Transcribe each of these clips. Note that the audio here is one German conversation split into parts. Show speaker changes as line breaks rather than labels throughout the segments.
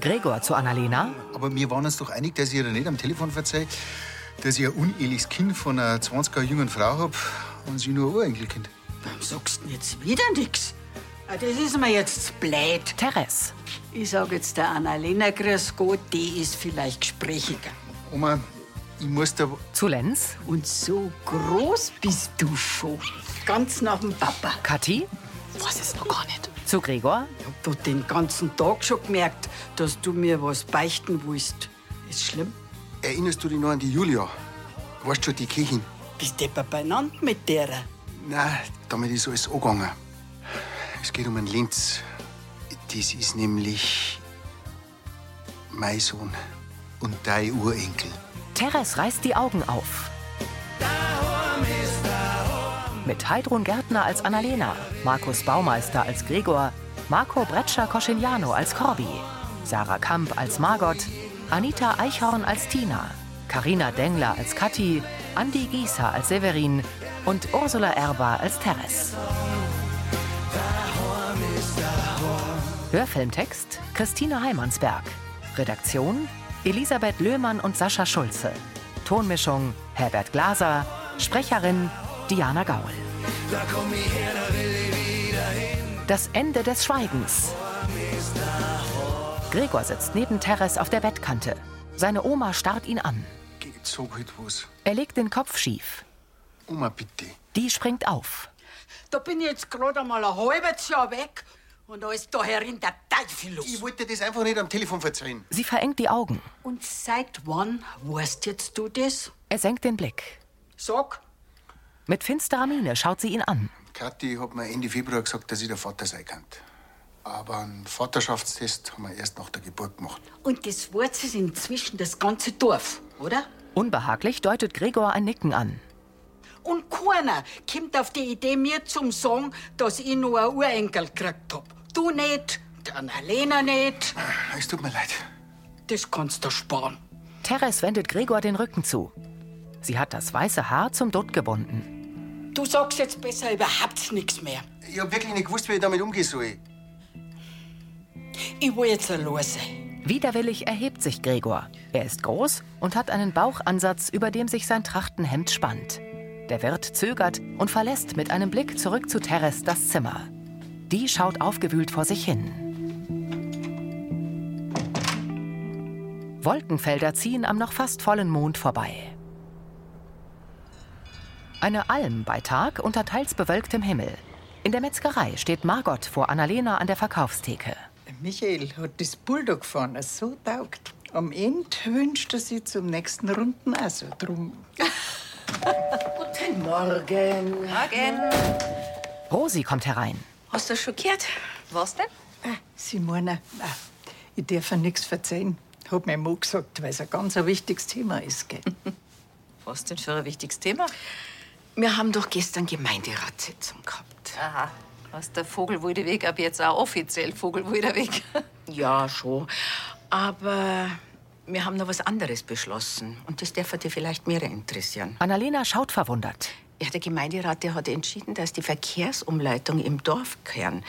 Gregor zu Annalena.
Aber wir waren uns doch einig, dass ich ihr nicht am Telefon verzeihe, dass ich ein uneheliches Kind von einer 20 Jahre jungen Frau hab und sie nur ein Urenkelkind.
Warum sagst du denn jetzt wieder nix? Ah, Das ist mir jetzt blöd.
Therese.
Ich sag jetzt der Annalena Grüß Gott, die ist vielleicht gesprächiger.
Oma, ich muss da.
Zu Lenz.
Und so groß bist du schon. Ganz nach dem Papa.
Kathi.
Was ist noch gar nicht?
Zu Gregor.
Ich hab doch den ganzen Tag schon gemerkt, dass du mir was beichten willst. Ist schlimm?
Erinnerst du dich noch an die Julia? Weißt schon, die Köchin?
Bist du beieinander mit derer?
Nein, damit ist alles angegangen. Es geht um einen Linz. Das ist nämlich mein Sohn und dein Urenkel.
Teres reißt die Augen auf. Mit Heidrun Gärtner als Annalena, Markus Baumeister als Gregor, Marco Bretscher-Coscignano als Corby, Sarah Kamp als Margot, Anita Eichhorn als Tina, Karina Dengler als Kathi, Andi Gieser als Severin und Ursula Erba als Teres. Hörfilmtext Christine Heimansberg. Redaktion Elisabeth Löhmann und Sascha Schulze. Tonmischung Herbert Glaser. Sprecherin Diana Gaul. Das Ende des Schweigens. Gregor sitzt neben Teres auf der Bettkante. Seine Oma starrt ihn an.
Sag halt was.
Er legt den Kopf schief.
Oma, bitte.
Die springt auf.
Da bin ich jetzt gerade einmal ein halbes Jahr weg und da ist da herin der Teufel los.
Ich wollte dir das einfach nicht am Telefon verzeihen.
Sie verengt die Augen.
Und seit wann weißt jetzt du das?
Er senkt den Blick.
Sag,
Mit finsterer Miene schaut sie ihn an.
Kathi hat mir Ende Februar gesagt, dass ich der Vater sein kann. Aber einen Vaterschaftstest haben wir erst nach der Geburt gemacht.
und das weiß es inzwischen das ganze Dorf, oder?
Unbehaglich deutet Gregor ein Nicken an.
Und keiner kommt auf die Idee, mir zum sagen, dass ich nur einen Urenkel gekriegt hab. Du nicht, der Annalena nicht.
Es tut mir leid.
Das kannst du sparen.
Teres wendet Gregor den Rücken zu. Sie hat das weiße Haar zum Dutt gebunden.
Du sagst jetzt besser überhaupt nichts mehr.
Ich hab wirklich nicht gewusst, wie ich damit umgehen soll.
Ich will jetzt los sein.
Widerwillig erhebt sich Gregor. Er ist groß und hat einen Bauchansatz, über dem sich sein Trachtenhemd spannt. Der Wirt zögert und verlässt mit einem Blick zurück zu Teres das Zimmer. Die schaut aufgewühlt vor sich hin. Wolkenfelder ziehen am noch fast vollen Mond vorbei. Eine Alm bei Tag unter teils bewölktem Himmel. In der Metzgerei steht Margot vor Annalena an der Verkaufstheke.
Michael hat das Bulldog gefahren, es so taugt. Am Ende wünscht er sich zum nächsten Runden auch so drum.
Guten Morgen.
Morgen.
Rosi kommt herein.
Hast du schockiert? Was denn?
Ah, Simona, ah, ich darf ihr nichts verzeihen, hat mein Mann gesagt, weil es ein ganz ein wichtiges Thema ist. Gell?
Was denn für ein wichtiges Thema?
Wir haben doch gestern Gemeinderatssitzung gehabt.
Aha. Was der Vogelwuideweg ab jetzt auch offiziell Vogelwuideweg.
Ja, schon. Aber wir haben noch was anderes beschlossen. Und das dürfte dir vielleicht mehr interessieren.
Annalena schaut verwundert.
Ja, der Gemeinderat der hat entschieden, dass die Verkehrsumleitung im Dorfkern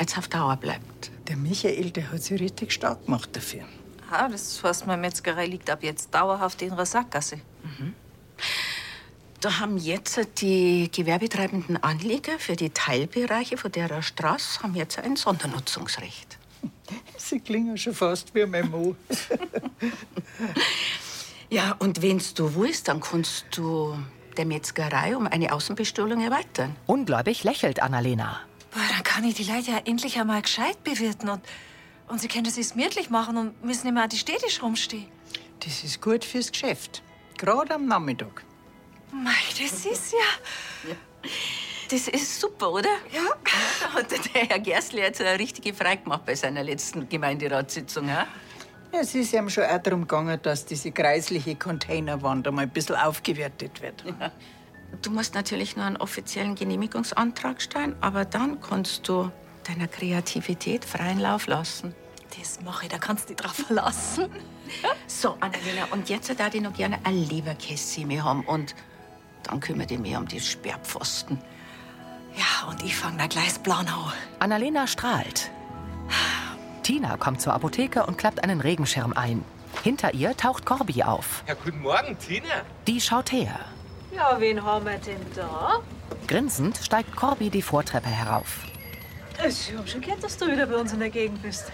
jetzt auf Dauer bleibt.
Der Michael, der hat sich richtig stark gemacht dafür.
Aha, Ah, das heißt, meine Metzgerei liegt ab jetzt dauerhaft in einer Sackgasse.
Da haben jetzt die gewerbetreibenden Anlieger für die Teilbereiche von der Straße haben jetzt ein Sondernutzungsrecht.
Sie klingen schon fast wie mein Mann.
Ja, und wenn's du willst, dann kannst du der Metzgerei um eine Außenbestuhlung erweitern.
Ungläubig lächelt Annalena.
Boah, dann kann ich die Leute ja endlich einmal gescheit bewirten und, und sie können es sich gemütlich machen und müssen immer die Städtisch rumstehen.
Das ist gut fürs Geschäft, gerade am Nachmittag.
Mei, das ist ja.
Das ist super, oder? Ja. Da hat der Herr Gerstl jetzt eine richtige Frage gemacht bei seiner letzten Gemeinderatssitzung. Ja?
Ja, es ist ihm schon auch darum gegangen, dass diese kreisliche Containerwand einmal ein bisschen aufgewertet wird.
Du musst natürlich nur einen offiziellen Genehmigungsantrag stellen, aber dann kannst du deiner Kreativität freien Lauf lassen.
Das mache ich, da kannst du dich drauf verlassen.
So, Annalena, und jetzt darf ich noch gerne ein Leberkäse mehr haben und dann kümmere dich mehr um die Sperrpfosten.
Ja, und ich fange da gleich das Plan an.
Annalena strahlt. Tina kommt zur Apotheke und klappt einen Regenschirm ein. Hinter ihr taucht Corby auf.
Ja, guten Morgen, Tina.
Die schaut her.
Ja, wen haben wir denn da?
Grinsend steigt Corby die Vortreppe herauf.
Ich hab schon gehört, dass du wieder bei uns in der Gegend bist.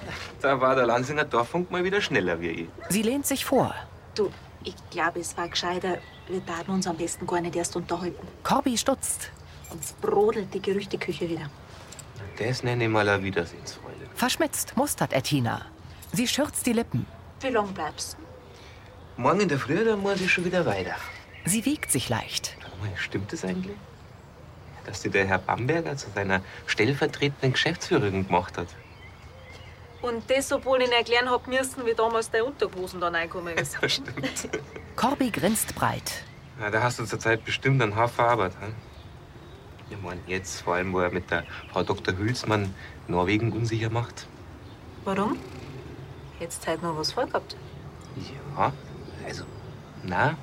Da war der Lansinger Dorfunk mal wieder schneller wie ich.
Sie lehnt sich vor.
Du, ich glaube, es war gescheiter. Wir taten uns am besten gar nicht erst unterhalten.
Corby stutzt.
Uns brodelt die Gerüchteküche wieder.
Das nenne ich mal eine Wiedersehensfreude.
Verschmitzt mustert er Tina. Sie schürzt die Lippen.
Wie lange bleibst du?
Morgen in der Früh, da muss ich schon wieder weiter.
Sie wiegt sich leicht.
Sag mal, Stimmt es eigentlich, dass dir der Herr Bamberger zu seiner stellvertretenden Geschäftsführerin gemacht hat?
Und das, obwohl ich ihnen erklären hab müssen, wie damals der Unterhosen da reingekommen ist.
Das stimmt.
Corby grinst breit.
Ja, da hast du zurzeit bestimmt einen Haufen Arbeit. Hm? Ich meine, jetzt vor allem, wo er mit der Frau Dr. Hülsmann Norwegen unsicher macht.
Warum? Jetzt halt noch was vorgehabt.
Ja, also, na,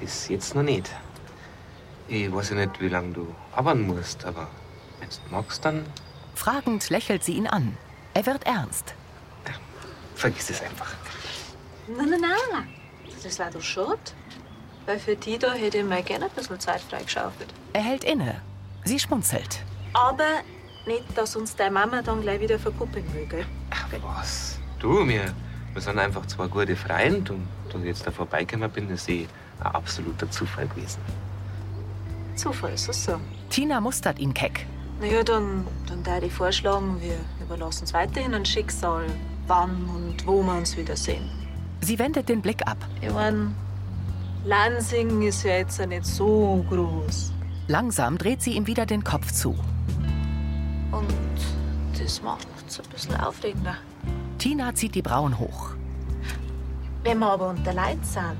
ist jetzt noch nicht. Ich weiß ja nicht, wie lange du arbeiten musst, aber wenn du magst, dann
Fragend lächelt sie ihn an. Er wird ernst.
vergiss es einfach.
Nein, nein, nein. Das war doch schade.
Weil für die da hätte ich mir gerne ein bisschen Zeit freigeschaufelt.
Er hält inne. Sie schmunzelt.
Aber nicht, dass uns deine Mama dann gleich wieder verpuppen will, gell?
Ach, was? Du, wir, wir sind einfach zwei gute Freunde und dass ich jetzt da vorbeigekommen bin, ist eh ein absoluter Zufall gewesen.
Zufall ist es so.
Tina mustert ihn keck.
Naja, dann, dann da ich vorschlagen, wir überlassen uns weiterhin ein Schicksal, wann und wo wir uns wiedersehen.
Sie wendet den Blick ab.
Ich mein, Lansing ist ja jetzt ja nicht so groß.
Langsam dreht sie ihm wieder den Kopf zu.
Und das macht es ein bisschen ne? aufregender.
Tina zieht die Brauen hoch.
Wenn wir aber unter Leid sind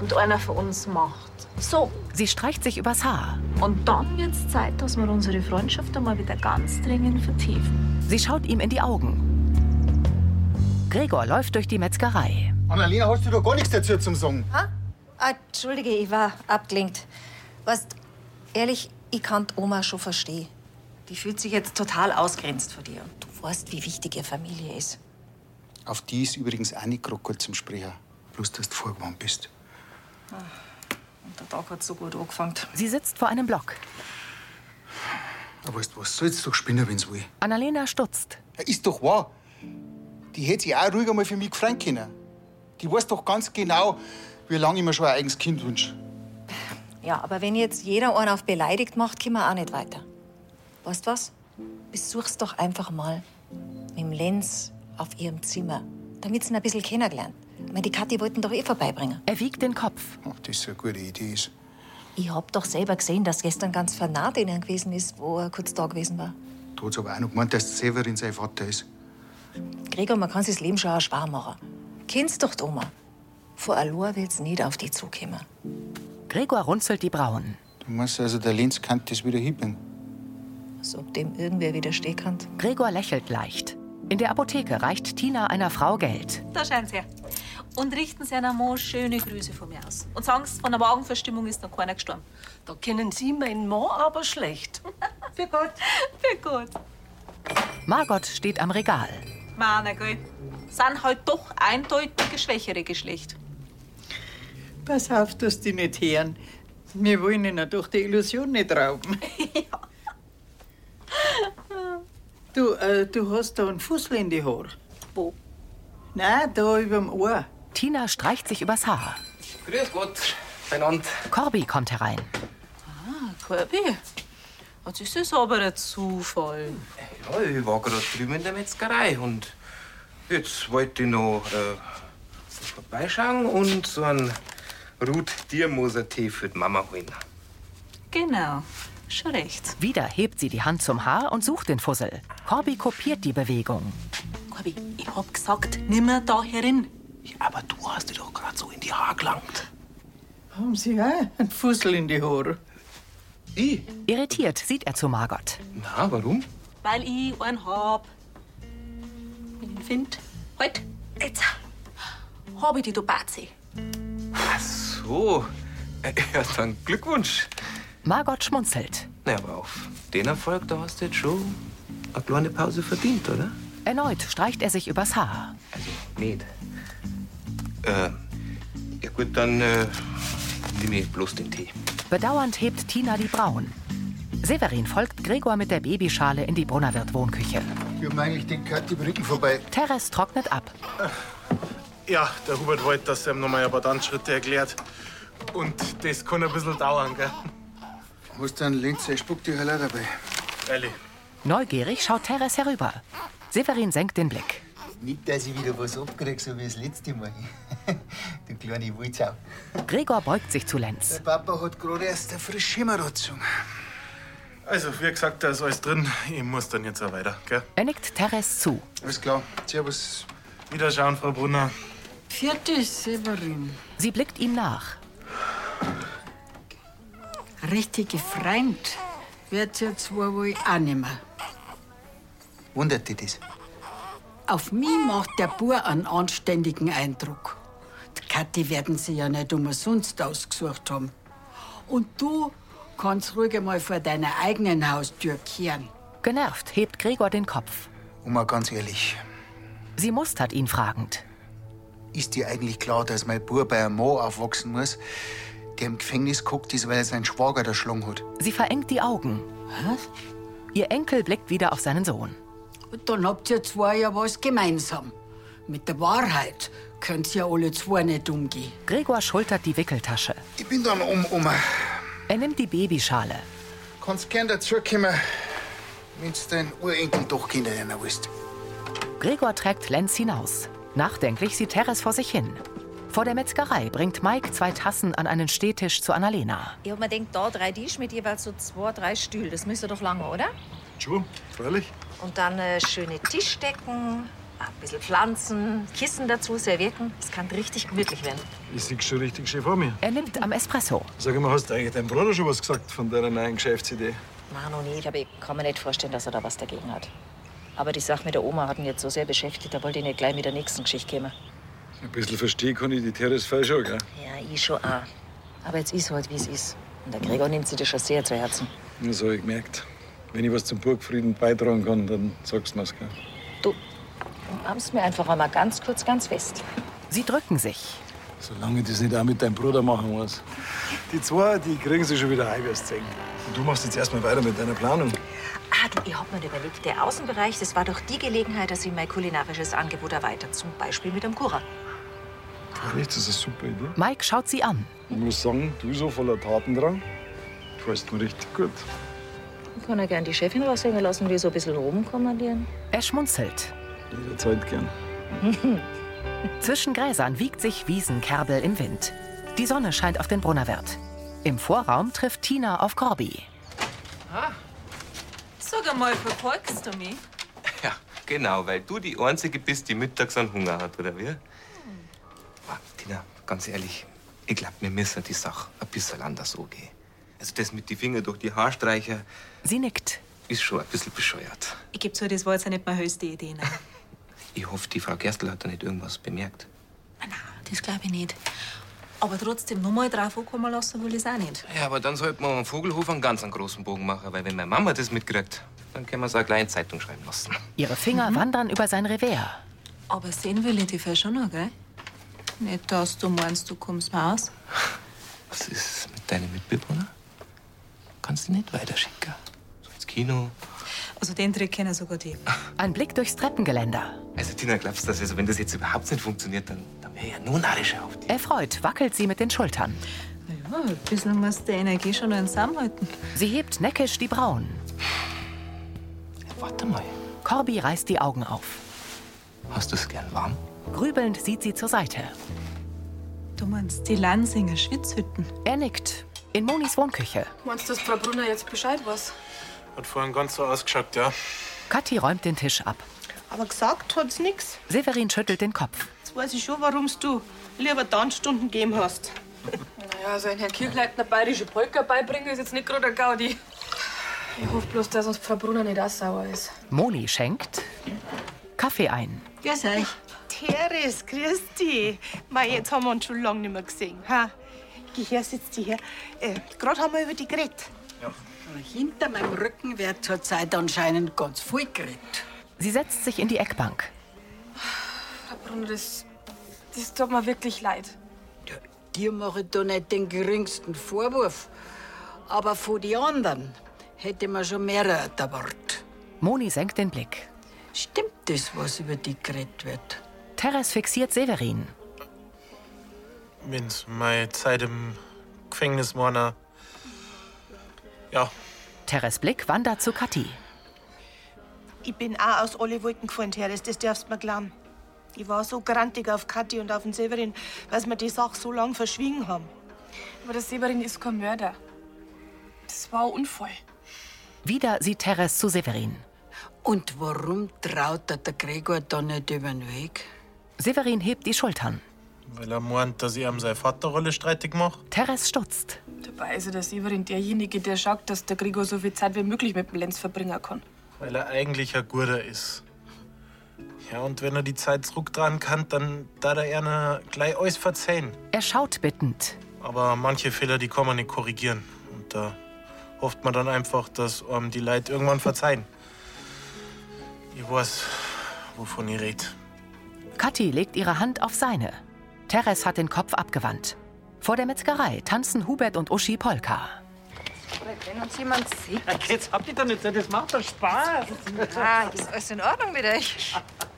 und einer von uns macht, so,
Sie streicht sich übers Haar.
und dann wird's Zeit, dass wir unsere Freundschaft einmal wieder ganz dringend vertiefen.
Sie schaut ihm in die Augen. Gregor läuft durch die Metzgerei.
Annalena, hast du da gar nichts dazu zum Sagen?
Ah, Entschuldige, ich war abgelenkt. Weißt, ehrlich, ich kann die Oma schon verstehen. Die fühlt sich jetzt total ausgrenzt von dir. Und du weißt, wie wichtig ihre Familie ist.
Auf die ist übrigens auch nicht gerade gut zum Sprechen. Bloß, dass du vorgewandt bist.
Und der Tag hat so gut angefangen.
Sie sitzt vor einem Block.
Aber weißt du was, soll's doch spinnen, wenn's will.
Annalena stutzt.
Ja, ist doch wahr. Die hätte sich auch ruhig einmal für mich gefreut können. Die weiß doch ganz genau, wie lange ich mir schon ein eigenes Kind wünsche.
Ja, aber wenn jetzt jeder einen auf beleidigt macht, kommen wir auch nicht weiter. Weißt was? Besuch's doch einfach mal mit dem Lenz auf ihrem Zimmer, damit sie ihn ein bisschen kennengelernt. Ich meine, die Kathi wollten doch eh vorbeibringen.
Er wiegt den Kopf.
Ob das so eine gute Idee ist.
Ich hab doch selber gesehen, dass gestern ganz vernarrt in ihnen gewesen ist, wo er kurz da gewesen war.
Da hat's aber auch noch gemeint, dass Severin sein Vater ist.
Gregor, man kann sich das Leben schon auch schwer machen. Kennst doch die Oma. Vor Alor will's nicht auf die zukommen.
Gregor runzelt die Brauen.
Du meinst also, der Lenz kann das wieder hibbeln?
Als ob dem irgendwer widerstehen kann.
Gregor lächelt leicht. In der Apotheke reicht Tina einer Frau Geld.
Da scheint's her. Und richten sie einer Mann schöne Grüße von mir aus. Und sagen sie, von der Magenverstimmung ist noch keiner gestorben.
Da kennen Sie meinen Mann aber schlecht.
Für Gott. Für Gott.
Margot steht am Regal.
Männer, gell? Sind halt doch eindeutig das schwächere Geschlecht.
Pass auf, dass die nicht hören. Wir wollen ihnen doch die Illusion nicht rauben. Du, äh, du hast da einen Fussel in die Haare.
Wo?
Nein, da überm Ohr.
Tina streicht sich übers Haar.
Grüß Gott, miteinander.
Corby kommt herein.
Kirby, was ist das aber ein Zufall?
Ja, ich war gerade drüben in der Metzgerei und jetzt wollte ich noch äh, vorbeischauen und so einen Rot-Diermoser-Tee für die Mama holen.
Genau, schon recht.
Wieder hebt sie die Hand zum Haar und sucht den Fussel. Corby kopiert die Bewegung.
Corby, ich hab gesagt, nimmer da herin.
Aber du hast dich doch gerade so in die Haare gelangt.
Haben sie auch einen Fussel in die Haare?
Ich?
Irritiert sieht er zu Margot.
Na, warum?
Weil ich einen hab. Wenn ich ihn find. Halt.
Jetzt hab ich die Dobazi.
Ach so. Äh, Ja, dann Glückwunsch.
Margot schmunzelt.
Na, aber auf den Erfolg, da hast du jetzt schon eine kleine Pause verdient, oder?
Erneut streicht er sich übers Haar.
Nicht. Äh, ja gut, dann äh, nehme ich bloß den Tee.
Bedauernd hebt Tina die Brauen. Severin folgt Gregor mit der Babyschale in die Brunnerwirt-Wohnküche.
Wir haben eigentlich den Kurt über den Rücken vorbei.
Teres trocknet ab.
Ja, der Hubert wollte, dass er ihm nochmal ein paar Tanzschritte erklärt. Und das kann ein bisschen dauern, gell?
Hast du einen Lenz, er spuckt die Hölle dabei.
Ehrlich.
Neugierig schaut Teres herüber. Severin senkt den Blick.
Nicht, dass ich wieder was abkrieg, so wie das letzte Mal. du kleine Wulzau.
Gregor beugt sich zu Lenz.
Der Papa hat gerade erst eine frische Hämmerrotzung.
Also, wie gesagt, da ist alles drin. Ich muss dann jetzt auch weiter, gell?
Er nickt Teres zu.
Alles klar. Servus.
Wiederschauen, Frau Brunner.
Vierte Severin.
Sie blickt ihm nach.
Richtige Freund wird ja zwar wohl auch nicht mehr.
Wundert dich das?
Auf mich macht der Bur einen anständigen Eindruck. Die Kathi werden sie ja nicht umsonst ausgesucht haben. Und du kannst ruhig einmal vor deiner eigenen Haustür kehren.
Genervt hebt Gregor den Kopf.
Und mal ganz ehrlich,
Sie mustert ihn fragend.
ist dir eigentlich klar, dass mein Bub bei einem Mann aufwachsen muss, der im Gefängnis guckt, ist, weil er seinen Schwager erschlagen hat?
Sie verengt die Augen.
Was?
Ihr Enkel blickt wieder auf seinen Sohn.
Und Dann habt ihr zwei ja was gemeinsam. Mit der Wahrheit könnt ihr alle zwei nicht umgehen.
Gregor schultert die Wickeltasche.
Ich bin dann um, Oma.
Er nimmt die Babyschale.
Kannst gern dazukommen, wenn du deinen Urenkel doch kennenlernen willst.
Gregor trägt Lenz hinaus. Nachdenklich sieht Teres vor sich hin. Vor der Metzgerei bringt Mike zwei Tassen an einen Stehtisch zu Annalena.
Ich hab mir gedacht, da drei Tisch mit jeweils so zwei, drei Stühle. Das müsste doch lange, oder?
Schon, freilich.
Und dann äh, schöne Tischdecken, ein bisschen Pflanzen, Kissen dazu servieren. Es kann richtig gemütlich werden.
Ich sehe schon richtig schön vor mir.
Er nimmt am Espresso.
Sag mal, hast du eigentlich deinem Bruder schon was gesagt von deiner neuen Geschäftsidee?
Mann, noch nicht. Aber ich kann mir nicht vorstellen, dass er da was dagegen hat. Aber die Sache mit der Oma hat ihn jetzt so sehr beschäftigt, da wollte ich nicht gleich mit der nächsten Geschichte kommen.
Ein bisschen verstehen kann ich die Teres voll schon, gell?
Ja, ich schon auch. Aber jetzt ist halt, wie es ist. Und der Gregor nimmt sich das schon sehr zu Herzen.
Das habe ich gemerkt. Wenn ich was zum Burgfrieden beitragen kann, dann sagst du mir's, gell?
Umarmst mir einfach einmal ganz kurz, ganz fest.
Sie drücken sich.
Solange ich das nicht auch mit deinem Bruder machen muss. Die zwei, die kriegen sie schon wieder ein, wirst sehen. Und du machst jetzt erstmal weiter mit deiner Planung.
Ah, du, ich hab mir überlegt, der Außenbereich, das war doch die Gelegenheit, dass ich mein kulinarisches Angebot erweitert. Zum Beispiel mit dem Kura.
Ehrlich, das ist eine super Idee.
Mike schaut sie an.
Ich muss sagen, du so voller Tatendrang, gefällst mir richtig gut.
Ich kann ja gern die Chefin raushängen lassen, wie so ein bisschen rumkommandieren.
Er schmunzelt.
Jederzeit gern.
Zwischen Gräsern wiegt sich Wiesenkerbel im Wind. Die Sonne scheint auf den Brunnerwirt. Im Vorraum trifft Tina auf Corby.
Sag einmal, verfolgst du mich?
Ja, genau, weil du die Einzige bist, die mittags einen Hunger hat, oder wie? Ah, Tina, ganz ehrlich, ich glaube, wir müssen die Sache ein bisschen anders angehen. Also das mit die Finger durch die Haarstreicher
Sie nickt.
ist schon ein bisschen bescheuert.
Ich gebe zu, das war jetzt ja nicht meine höchste Idee. Nein.
Ich hoffe, die Frau Gerstl hat da nicht irgendwas bemerkt.
Das glaube ich nicht. Aber trotzdem, nochmal drauf ankommen lassen will ich es auch nicht.
Ja, aber dann sollten wir am Vogelhof einen ganz einen großen Bogen machen, weil wenn meine Mama das mitkriegt, dann können wir es auch gleich in die Zeitung schreiben lassen.
Ihre Finger wandern über sein Revier.
Aber sehen will ich dich ja schon noch, gell? Nicht, dass du meinst, du kommst mal aus.
Was ist mit deinem Mitbewohner? Kannst du nicht weiterschicken? So ins Kino.
Also den Trick kennen sogar die.
Ein Blick durchs Treppengeländer.
Also Tina, glaubst du, dass also, wenn das jetzt überhaupt nicht funktioniert, dann, dann wäre ja nur narischer auf
Erfreut wackelt sie mit den Schultern.
Ja, ein bisschen muss die Energie schon noch zusammenhalten.
Sie hebt neckisch die Brauen.
Warte mal.
Corby reißt die Augen auf.
Hast du es gern warm?
Grübelnd sieht sie zur Seite.
Du meinst die Lansinger Schwitzhütten?
Er nickt. In Monis Wohnküche.
Meinst du, dass Frau Brunner jetzt Bescheid weiß?
Hat vorhin ganz so ausgeschaut, ja.
Kathi räumt den Tisch ab.
Aber gesagt hat's nix.
Severin schüttelt den Kopf.
Jetzt weiß ich schon, warum's du lieber Tanzstunden gegeben hast. Naja, so ein Herrn Kirchleitner bayerische Polka beibringen ist jetzt nicht gerade ein Gaudi. Ich hoffe bloß, dass uns Frau Brunner nicht auch sauer ist.
Moni schenkt Kaffee ein.
Grüß euch. Teres, grüß dich. Mei, jetzt haben wir uns schon lange nicht mehr gesehen. Ha? Geh her, sitz dich her. Äh, gerade haben wir über die geredet.
Hinter meinem Rückenwert hat Zeit anscheinend ganz viel geredet.
Sie setzt sich in die Eckbank.
Frau Brunner, das, das tut mir wirklich leid.
Dir mache ich da nicht den geringsten Vorwurf. Aber von den anderen hätte man schon mehrere erwartet.
Moni senkt den Blick.
Stimmt das, was über die geredet wird?
Teres fixiert Severin.
Wenn's meine Zeit im Gefängnis war, ja,
Teres Blick wandert zu Kathi.
Ich bin auch aus alle Wolken gefallen, Teres, das darfst du mir glauben. Ich war so grantig auf Kathi und auf den Severin, weil wir die Sache so lange verschwiegen haben.
Aber der Severin ist kein Mörder. Das war ein Unfall.
Wieder sieht Teres zu Severin.
Und warum traut er der Gregor da nicht über den Weg?
Severin hebt die Schultern.
weil er meint, dass ich ihm seine Vaterrolle streitig mache.
Teres stutzt.
Dabei ist ja der Severin derjenige, der schaut, dass der Gregor so viel Zeit wie möglich mit dem Lenz verbringen kann.
Weil er eigentlich ein guter ist. Ja, und wenn er die Zeit zurückdrehen kann, dann darf er gerne gleich alles verzeihen.
Er schaut bittend.
Aber manche Fehler, die kann man nicht korrigieren. Und da hofft man dann einfach, dass einem die Leid irgendwann verzeihen. Ich weiß, wovon ich rede.
Kathi legt ihre Hand auf seine. Teres hat den Kopf abgewandt. Vor der Metzgerei tanzen Hubert und Uschi Polka.
Wenn uns jemand sieht. Jetzt habt ihr da nicht, das macht doch Spaß. Ah, ist alles in Ordnung mit euch?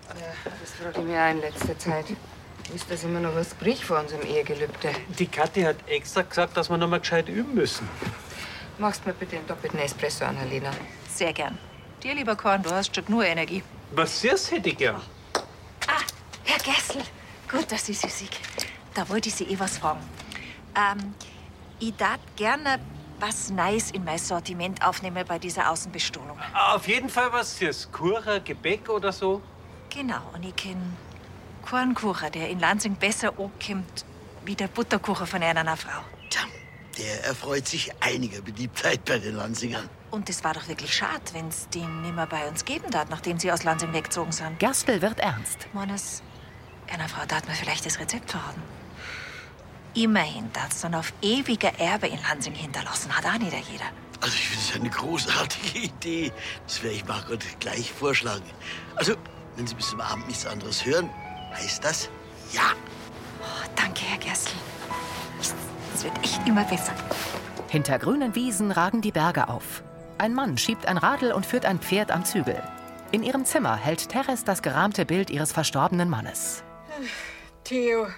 Das frage ich mich auch in letzter Zeit. Ist das immer noch was bricht vor unserem Ehegelübde?
Die Kathi hat extra gesagt, dass wir noch mal gescheit üben müssen.
Machst mir bitte einen doppelten Espresso, Annalena.
Sehr gern. Dir, lieber Korn, du hast schon nur Energie.
Was süß hätte ich gern.
Herr Gessel,
Gut, dass ich Sie sehe. Da wollte ich Sie eh was fragen. Ähm, ich darf gerne was Neues in mein Sortiment aufnehmen bei dieser Außenbestohlung.
Auf jeden Fall was süß. Kuchen, Gebäck oder so.
Genau, und ich kenne Kornkuchen, der in Lansing besser ankommt wie der Butterkuchen von einer Frau.
Der erfreut sich einiger Beliebtheit bei den Lansingern.
Und es war doch wirklich schade, wenn es den nimmer bei uns geben darf, nachdem Sie aus Lansing weggezogen sind.
Gerstl wird ernst.
Mannes, einer Frau darf mir vielleicht das Rezept verraten. Immerhin, das dann auf ewiger Erbe in Lansing hinterlassen hat auch nicht jeder.
Also ich finde es eine großartige Idee. Das werde ich Margot gleich vorschlagen. Also, wenn Sie bis zum Abend nichts anderes hören, heißt das ja.
Oh, Danke, Herr Gerstl. Es wird echt immer besser.
Hinter grünen Wiesen ragen die Berge auf. Ein Mann schiebt ein Radl und führt ein Pferd am Zügel. In ihrem Zimmer hält Teres das gerahmte Bild ihres verstorbenen Mannes.
Theo,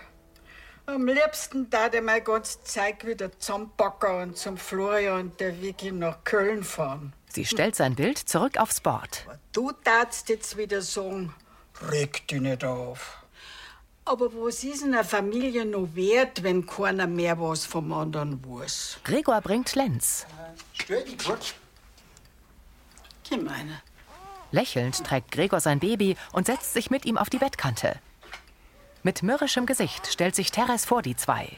am liebsten da ich mein ganzes Zeug wieder zusammenpacken und zum Florian und der Vicky nach Köln fahren.
Sie stellt sein Bild zurück aufs Board.
Du darfst jetzt wieder sagen,
Reg dich nicht auf.
aber was ist in einer Familie noch wert, wenn keiner mehr was vom anderen weiß?
Gregor bringt Lenz.
Stell dich kurz.
Ich meine,
Lächelnd trägt Gregor sein Baby und setzt sich mit ihm auf die Bettkante. Mit mürrischem Gesicht stellt sich Teres vor die zwei.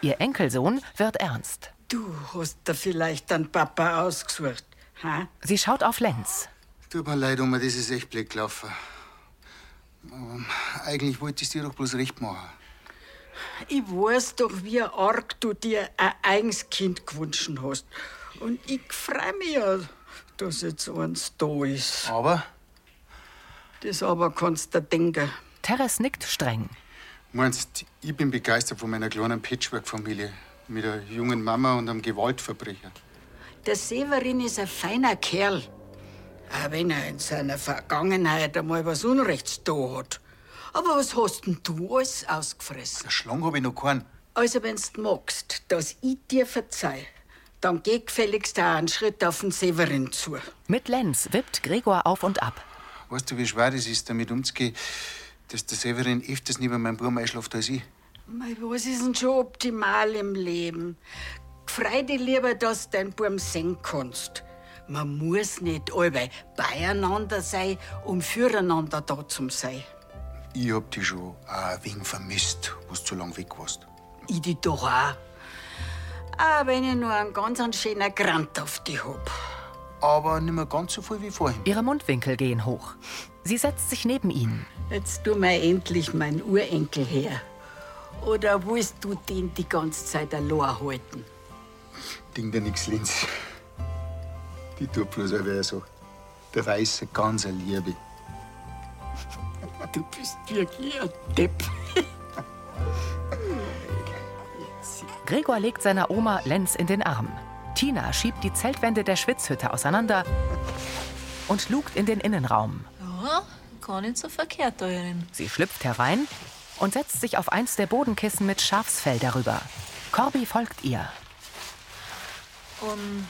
Ihr Enkelsohn wird ernst.
du hast da vielleicht einen Papa ausgesucht. Ha?
Sie schaut auf Lenz.
Tut mir leid, Oma, das ist echt blöd gelaufen. Aber eigentlich wollte ich dir doch bloß recht machen.
Ich weiß doch, wie arg du dir ein eigenes Kind gewünscht hast. Und ich freue mich ja, dass jetzt eins da ist.
Aber?
Das aber kannst du denken.
Teres nickt streng.
Meinst, ich bin begeistert von meiner kleinen Patchwork-Familie. Mit einer jungen Mama und einem Gewaltverbrecher.
Der Severin ist ein feiner Kerl. Auch wenn er in seiner Vergangenheit einmal was Unrechts da hat. Aber was hast denn du alles ausgefressen?
Schlang habe ich noch keinen.
Also, wenn's magst, dass ich dir verzeih, dann geh gefälligst auch einen Schritt auf den Severin zu.
Mit Lenz wippt Gregor auf und ab.
Weißt du, wie schwer das ist, damit umzugehen, dass der Severin öfters neben meinem Buben einschläft als ich?
Mei, was ist denn schon optimal im Leben? Freu dich lieber, dass du deinen Buben sehen kannst. Man muss nicht alle beieinander sein, um füreinander da zu sein.
Ich hab dich schon auch ein wenig vermisst, was zu lang weg warst.
Ich dich doch auch. Auch wenn ich nur einen ganz einen schönen Grant auf dich hab.
Aber nicht mehr ganz so viel wie vorhin.
Ihre Mundwinkel gehen hoch. Sie setzt sich neben ihn.
Jetzt tu mir endlich meinen Urenkel her. Oder willst du den die ganze Zeit allein halten?
Ding dir nix, Linz. Die tut bloß, weil er sagt. der Weiße ganz eine Liebe.
Du bist wirklich ein Depp.
Gregor legt seiner Oma Lenz in den Arm. Tina schiebt die Zeltwände der Schwitzhütte auseinander und lugt in den Innenraum.
Ja, gar nicht so verkehrt, Euren.
Sie schlüpft herein und setzt sich auf eins der Bodenkissen mit Schafsfell darüber. Corby folgt ihr.
Und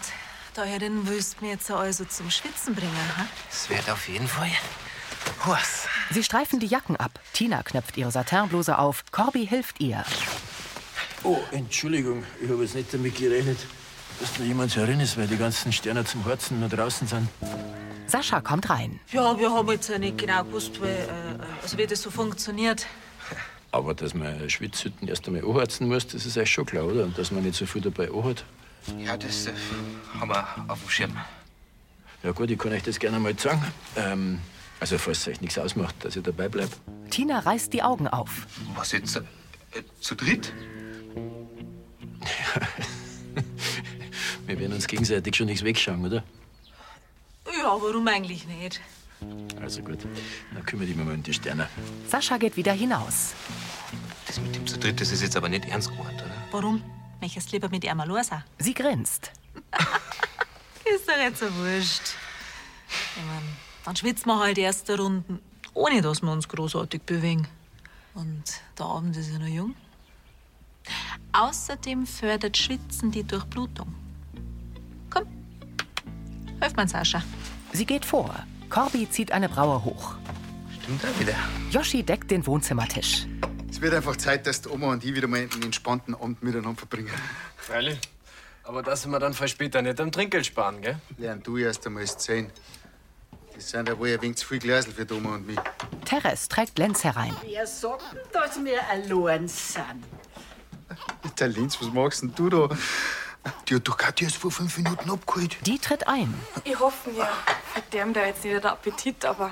Teuerin willst mir jetzt also zum Schwitzen bringen, ha?
Es wird auf jeden Fall was.
Sie streifen die Jacken ab. Tina knöpft ihre Satinbluse auf. Corby hilft ihr.
Oh, Entschuldigung, ich habe jetzt nicht damit gerechnet, dass da jemand so drin ist, weil die ganzen Sterne zum Horzen nur draußen sind.
Sascha kommt rein.
Ja, wir haben jetzt ja nicht genau gewusst, wie, äh, also wie das so funktioniert.
Aber dass man Schwitzhütten erst einmal anheizen muss, das ist euch schon klar, oder? Und dass man nicht so viel dabei anhat.
Ja, das äh, haben wir auf dem Schirm.
Ja gut, ich kann euch das gerne mal zeigen. Ähm, also falls es euch nichts ausmacht, dass ihr dabei bleibt.
Tina reißt die Augen auf.
Was jetzt? Äh, zu dritt?
Wir werden uns gegenseitig schon nichts wegschauen, oder?
Ja, warum eigentlich nicht?
Also gut, dann kümmere ich mich mal um die Sterne.
Sascha geht wieder hinaus.
Das mit dem zu dritt, das ist jetzt aber nicht ernst geworden, oder?
Warum? Möchtest lieber mit Irma losen?
Sie grinst.
Ist doch jetzt so wurscht. Ich mein, dann schwitzen wir halt erste Runden, ohne dass wir uns großartig bewegen. Und der Abend ist ja noch jung. Außerdem fördert Schwitzen die Durchblutung. Komm, hilf mal, Sascha.
Sie geht vor. Corby zieht eine Braue hoch.
Stimmt auch wieder.
Yoshi deckt den Wohnzimmertisch.
Es wird einfach Zeit, dass die Oma und ich wieder mal einen entspannten Abend miteinander verbringen.
Freilich. Aber das sind wir dann für später nicht am Trinkgeld sparen, gell?
Lern du erst einmal das sehen. Das sind ja wohl ein wenig zu viel Gläsel für die Oma und mich.
Teres trägt Lenz herein.
Wer sagt denn, dass wir allein sind?
Der Linz, was machst denn du da? Die hat doch Katja erst vor fünf Minuten abgeholt.
Die tritt ein.
Ich hoffe mir, verdammt, da jetzt nicht der Appetit, aber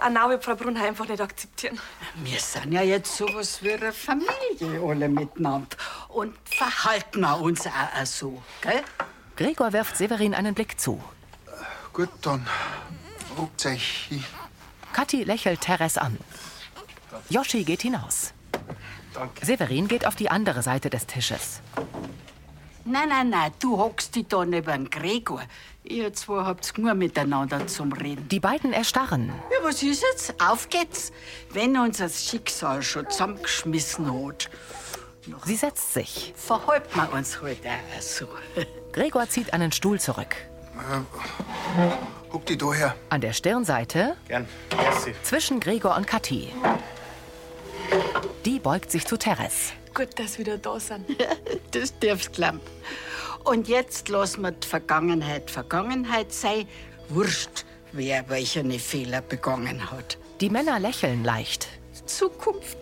eine Nabe Brunner einfach nicht akzeptieren.
Wir sind ja jetzt sowas wie eine Familie, alle miteinander. Und verhalten wir uns auch so, gell?
Gregor wirft Severin einen Blick zu.
Gut, dann. Ruckt euch.
Kathi lächelt Teres an. Yoshi geht hinaus. Severin geht auf die andere Seite des Tisches.
Nein, nein, nein, du hockst dich da neben Gregor. Ihr zwei habt's nur miteinander zum Reden.
Die beiden erstarren.
Ja, was ist jetzt? Auf geht's. Wenn uns das Schicksal schon zusammengeschmissen hat,
Sie setzt sich.
verhalten wir uns halt auch so.
Gregor zieht einen Stuhl zurück.
Guck die da her.
An der Stirnseite
Gern.
zwischen Gregor und Kathi. Die beugt sich zu Teres.
Gut, dass wir wieder da sind. das darf's glauben. Und jetzt lassen wir die Vergangenheit Vergangenheit sein. Wurscht, wer welche Fehler begangen hat.
Die Männer lächeln leicht.
Die Zukunft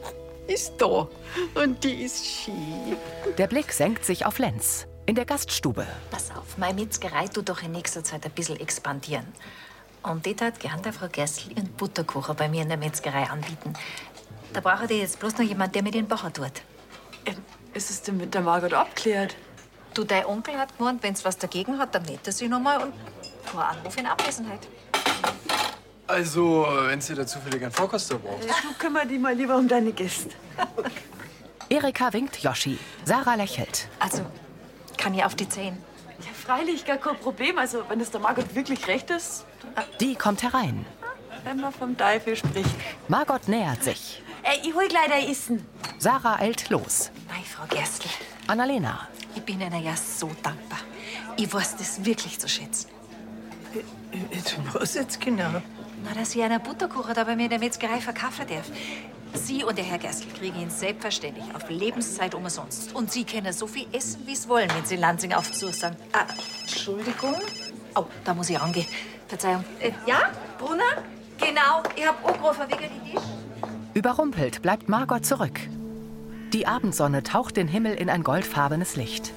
ist da. Und die ist schön.
Der Blick senkt sich auf Lenz. In der Gaststube.
Pass auf, meine Metzgerei tut doch in nächster Zeit ein bisschen expandieren. Und die tat gern der Frau Gerstl ihren Butterkuchen bei mir in der Metzgerei anbieten. Da braucht ihr jetzt bloß noch jemand, der mir den Bacher tut.
Ähm, Ist es denn mit der Margot abklärt?
Du, dein Onkel hat gemeint, wenn's was dagegen hat, dann meldet er sich nochmal und vor Anruf in Abwesenheit.
Also, wenn ihr da zufällig einen Vorkoster braucht.
Du kümmere dich mal lieber um deine Gäste.
Erika winkt Yoshi. Sarah lächelt.
Also, kann ich auf die Zehen?
Ja, freilich, gar kein Problem. Also, wenn es der Margot wirklich recht ist,
Die kommt herein.
wenn man vom Teufel spricht.
Margot nähert sich.
Ey, Äh, ich hol gleich dein Essen.
Sarah eilt los.
Nein, Frau Gerstl,
Annalena.
ich bin Ihnen ja so dankbar. Ich weiß das wirklich zu schätzen.
Was jetzt genau?
Na, dass ich einen Butterkuchen da bei mir in der Metzgerei verkaufen darf. Sie und der Herr Gerstl kriegen ihn selbstverständlich auf Lebenszeit umsonst. Und Sie können so viel essen, wie Sie wollen, wenn Sie in Lansing auf Besuch sind. Ah, Entschuldigung? Oh, da muss ich angehen. Verzeihung. Äh, ja, Brunner? Genau, ich hab angerufen wegen die Tisch.
Überrumpelt bleibt Margot zurück. Die Abendsonne taucht den Himmel in ein goldfarbenes Licht.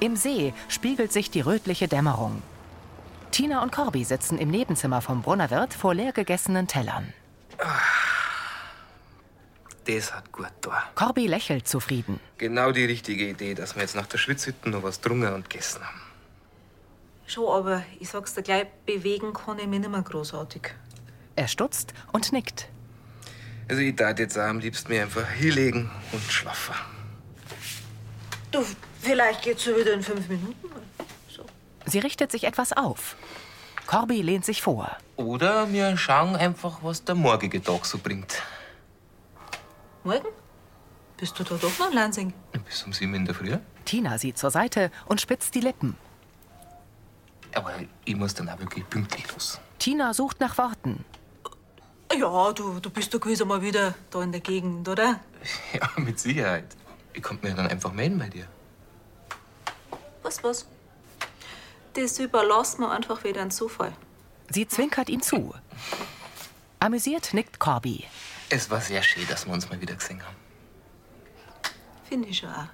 Im See spiegelt sich die rötliche Dämmerung. Tina und Corby sitzen im Nebenzimmer vom Brunnerwirt vor leer gegessenen Tellern.
Das hat gut da.
Corby lächelt zufrieden.
Genau die richtige Idee, dass wir jetzt nach der Schwitzhütte noch was drungen und gegessen haben.
Schon, aber ich sag's dir gleich, bewegen kann ich mich nicht mehr großartig.
Er stutzt und nickt.
Also ich tat jetzt auch am liebsten mir einfach hinlegen und schlafen.
Du, vielleicht geht's so wieder in fünf Minuten.
Sie richtet sich etwas auf. Corby lehnt sich vor.
Oder wir schauen einfach, was der morgige Tag so bringt.
Morgen? Bist du da doch noch in Lansing?
Bis um sieben in der Früh.
Tina sieht zur Seite und spitzt die Lippen.
Aber ich muss dann auch wirklich pünktlich los.
Tina sucht nach Worten.
Ja, du, du bist doch gewiss mal wieder da in der Gegend, oder?
Ja, mit Sicherheit. Ich konnte mir dann einfach melden bei dir.
Was, was? Das überlassen wir einfach wieder an Zufall.
Sie zwinkert ihm zu. Amüsiert nickt Corby.
Es war sehr schön, dass wir uns mal wieder gesehen haben.
Finde ich schon auch.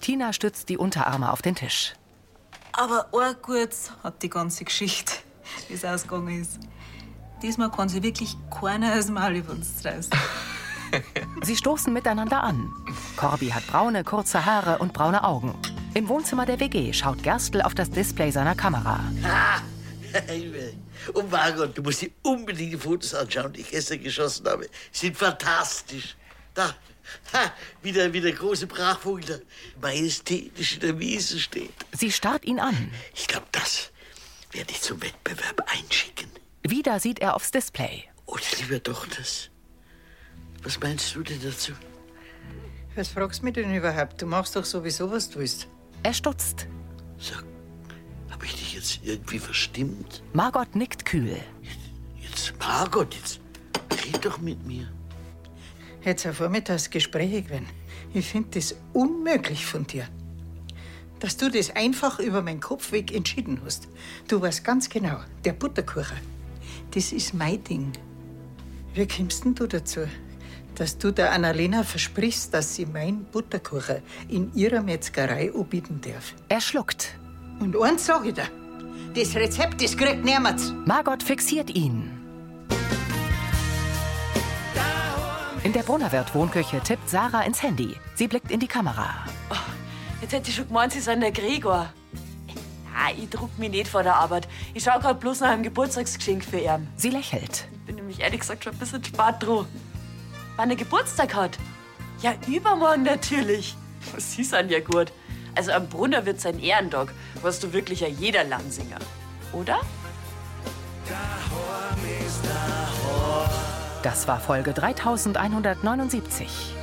Tina stützt die Unterarme auf den Tisch.
Aber auch gut hat die ganze Geschichte, wie es ausgegangen ist. Diesmal kann sie wirklich keiner aus dem Maul über uns reißen.
Sie stoßen miteinander an. Corby hat braune, kurze Haare und braune Augen. Im Wohnzimmer der WG schaut Gerstl auf das Display seiner Kamera.
Ha! Und Margot, Oh du musst dir unbedingt die Fotos anschauen, die ich gestern geschossen habe. Sind fantastisch. Da, ha, wie der, wie der große Brachvogel da majestätisch in der Wiese steht.
Sie starrt ihn an.
Ich glaube, das werde ich zum Wettbewerb einschicken.
Wieder sieht er aufs Display.
Oder lieber doch das. Was meinst du denn dazu?
Was fragst du mich denn überhaupt? Du machst doch sowieso, was du willst.
Er stutzt.
Habe ich dich jetzt irgendwie verstimmt?
Margot nickt kühl.
Jetzt, Margot, jetzt red doch mit mir.
Jetzt ein Vormittagsgespräch gewesen. Ich finde das unmöglich von dir. Dass du das einfach über meinen Kopf weg entschieden hast. Du weißt ganz genau, der Butterkuchen, das ist mein Ding. Wie kommst denn du dazu, dass du der Annalena versprichst, dass sie meinen Butterkuchen in ihrer Metzgerei anbieten darf?
Er schluckt.
Und eins sag ich dir: Das Rezept, das kriegt niemand.
Margot fixiert ihn. In der Brunnerwirt-Wohnküche tippt Sarah ins Handy. Sie blickt in die Kamera.
Jetzt hätte ich schon gemeint, sie sind der Gregor. Nein, ich druck mich nicht vor der Arbeit. Ich schaue gerade bloß nach einem Geburtstagsgeschenk für ihn.
Sie lächelt.
Bin nämlich ehrlich gesagt schon ein bisschen spät dran. Wann er Geburtstag hat? Ja, übermorgen natürlich. Sie sind ja gut. Also am Brunner wird sein Ehrendog. Was du wirklich ja jeder Lansinger. Oder?
Das war Folge 3179.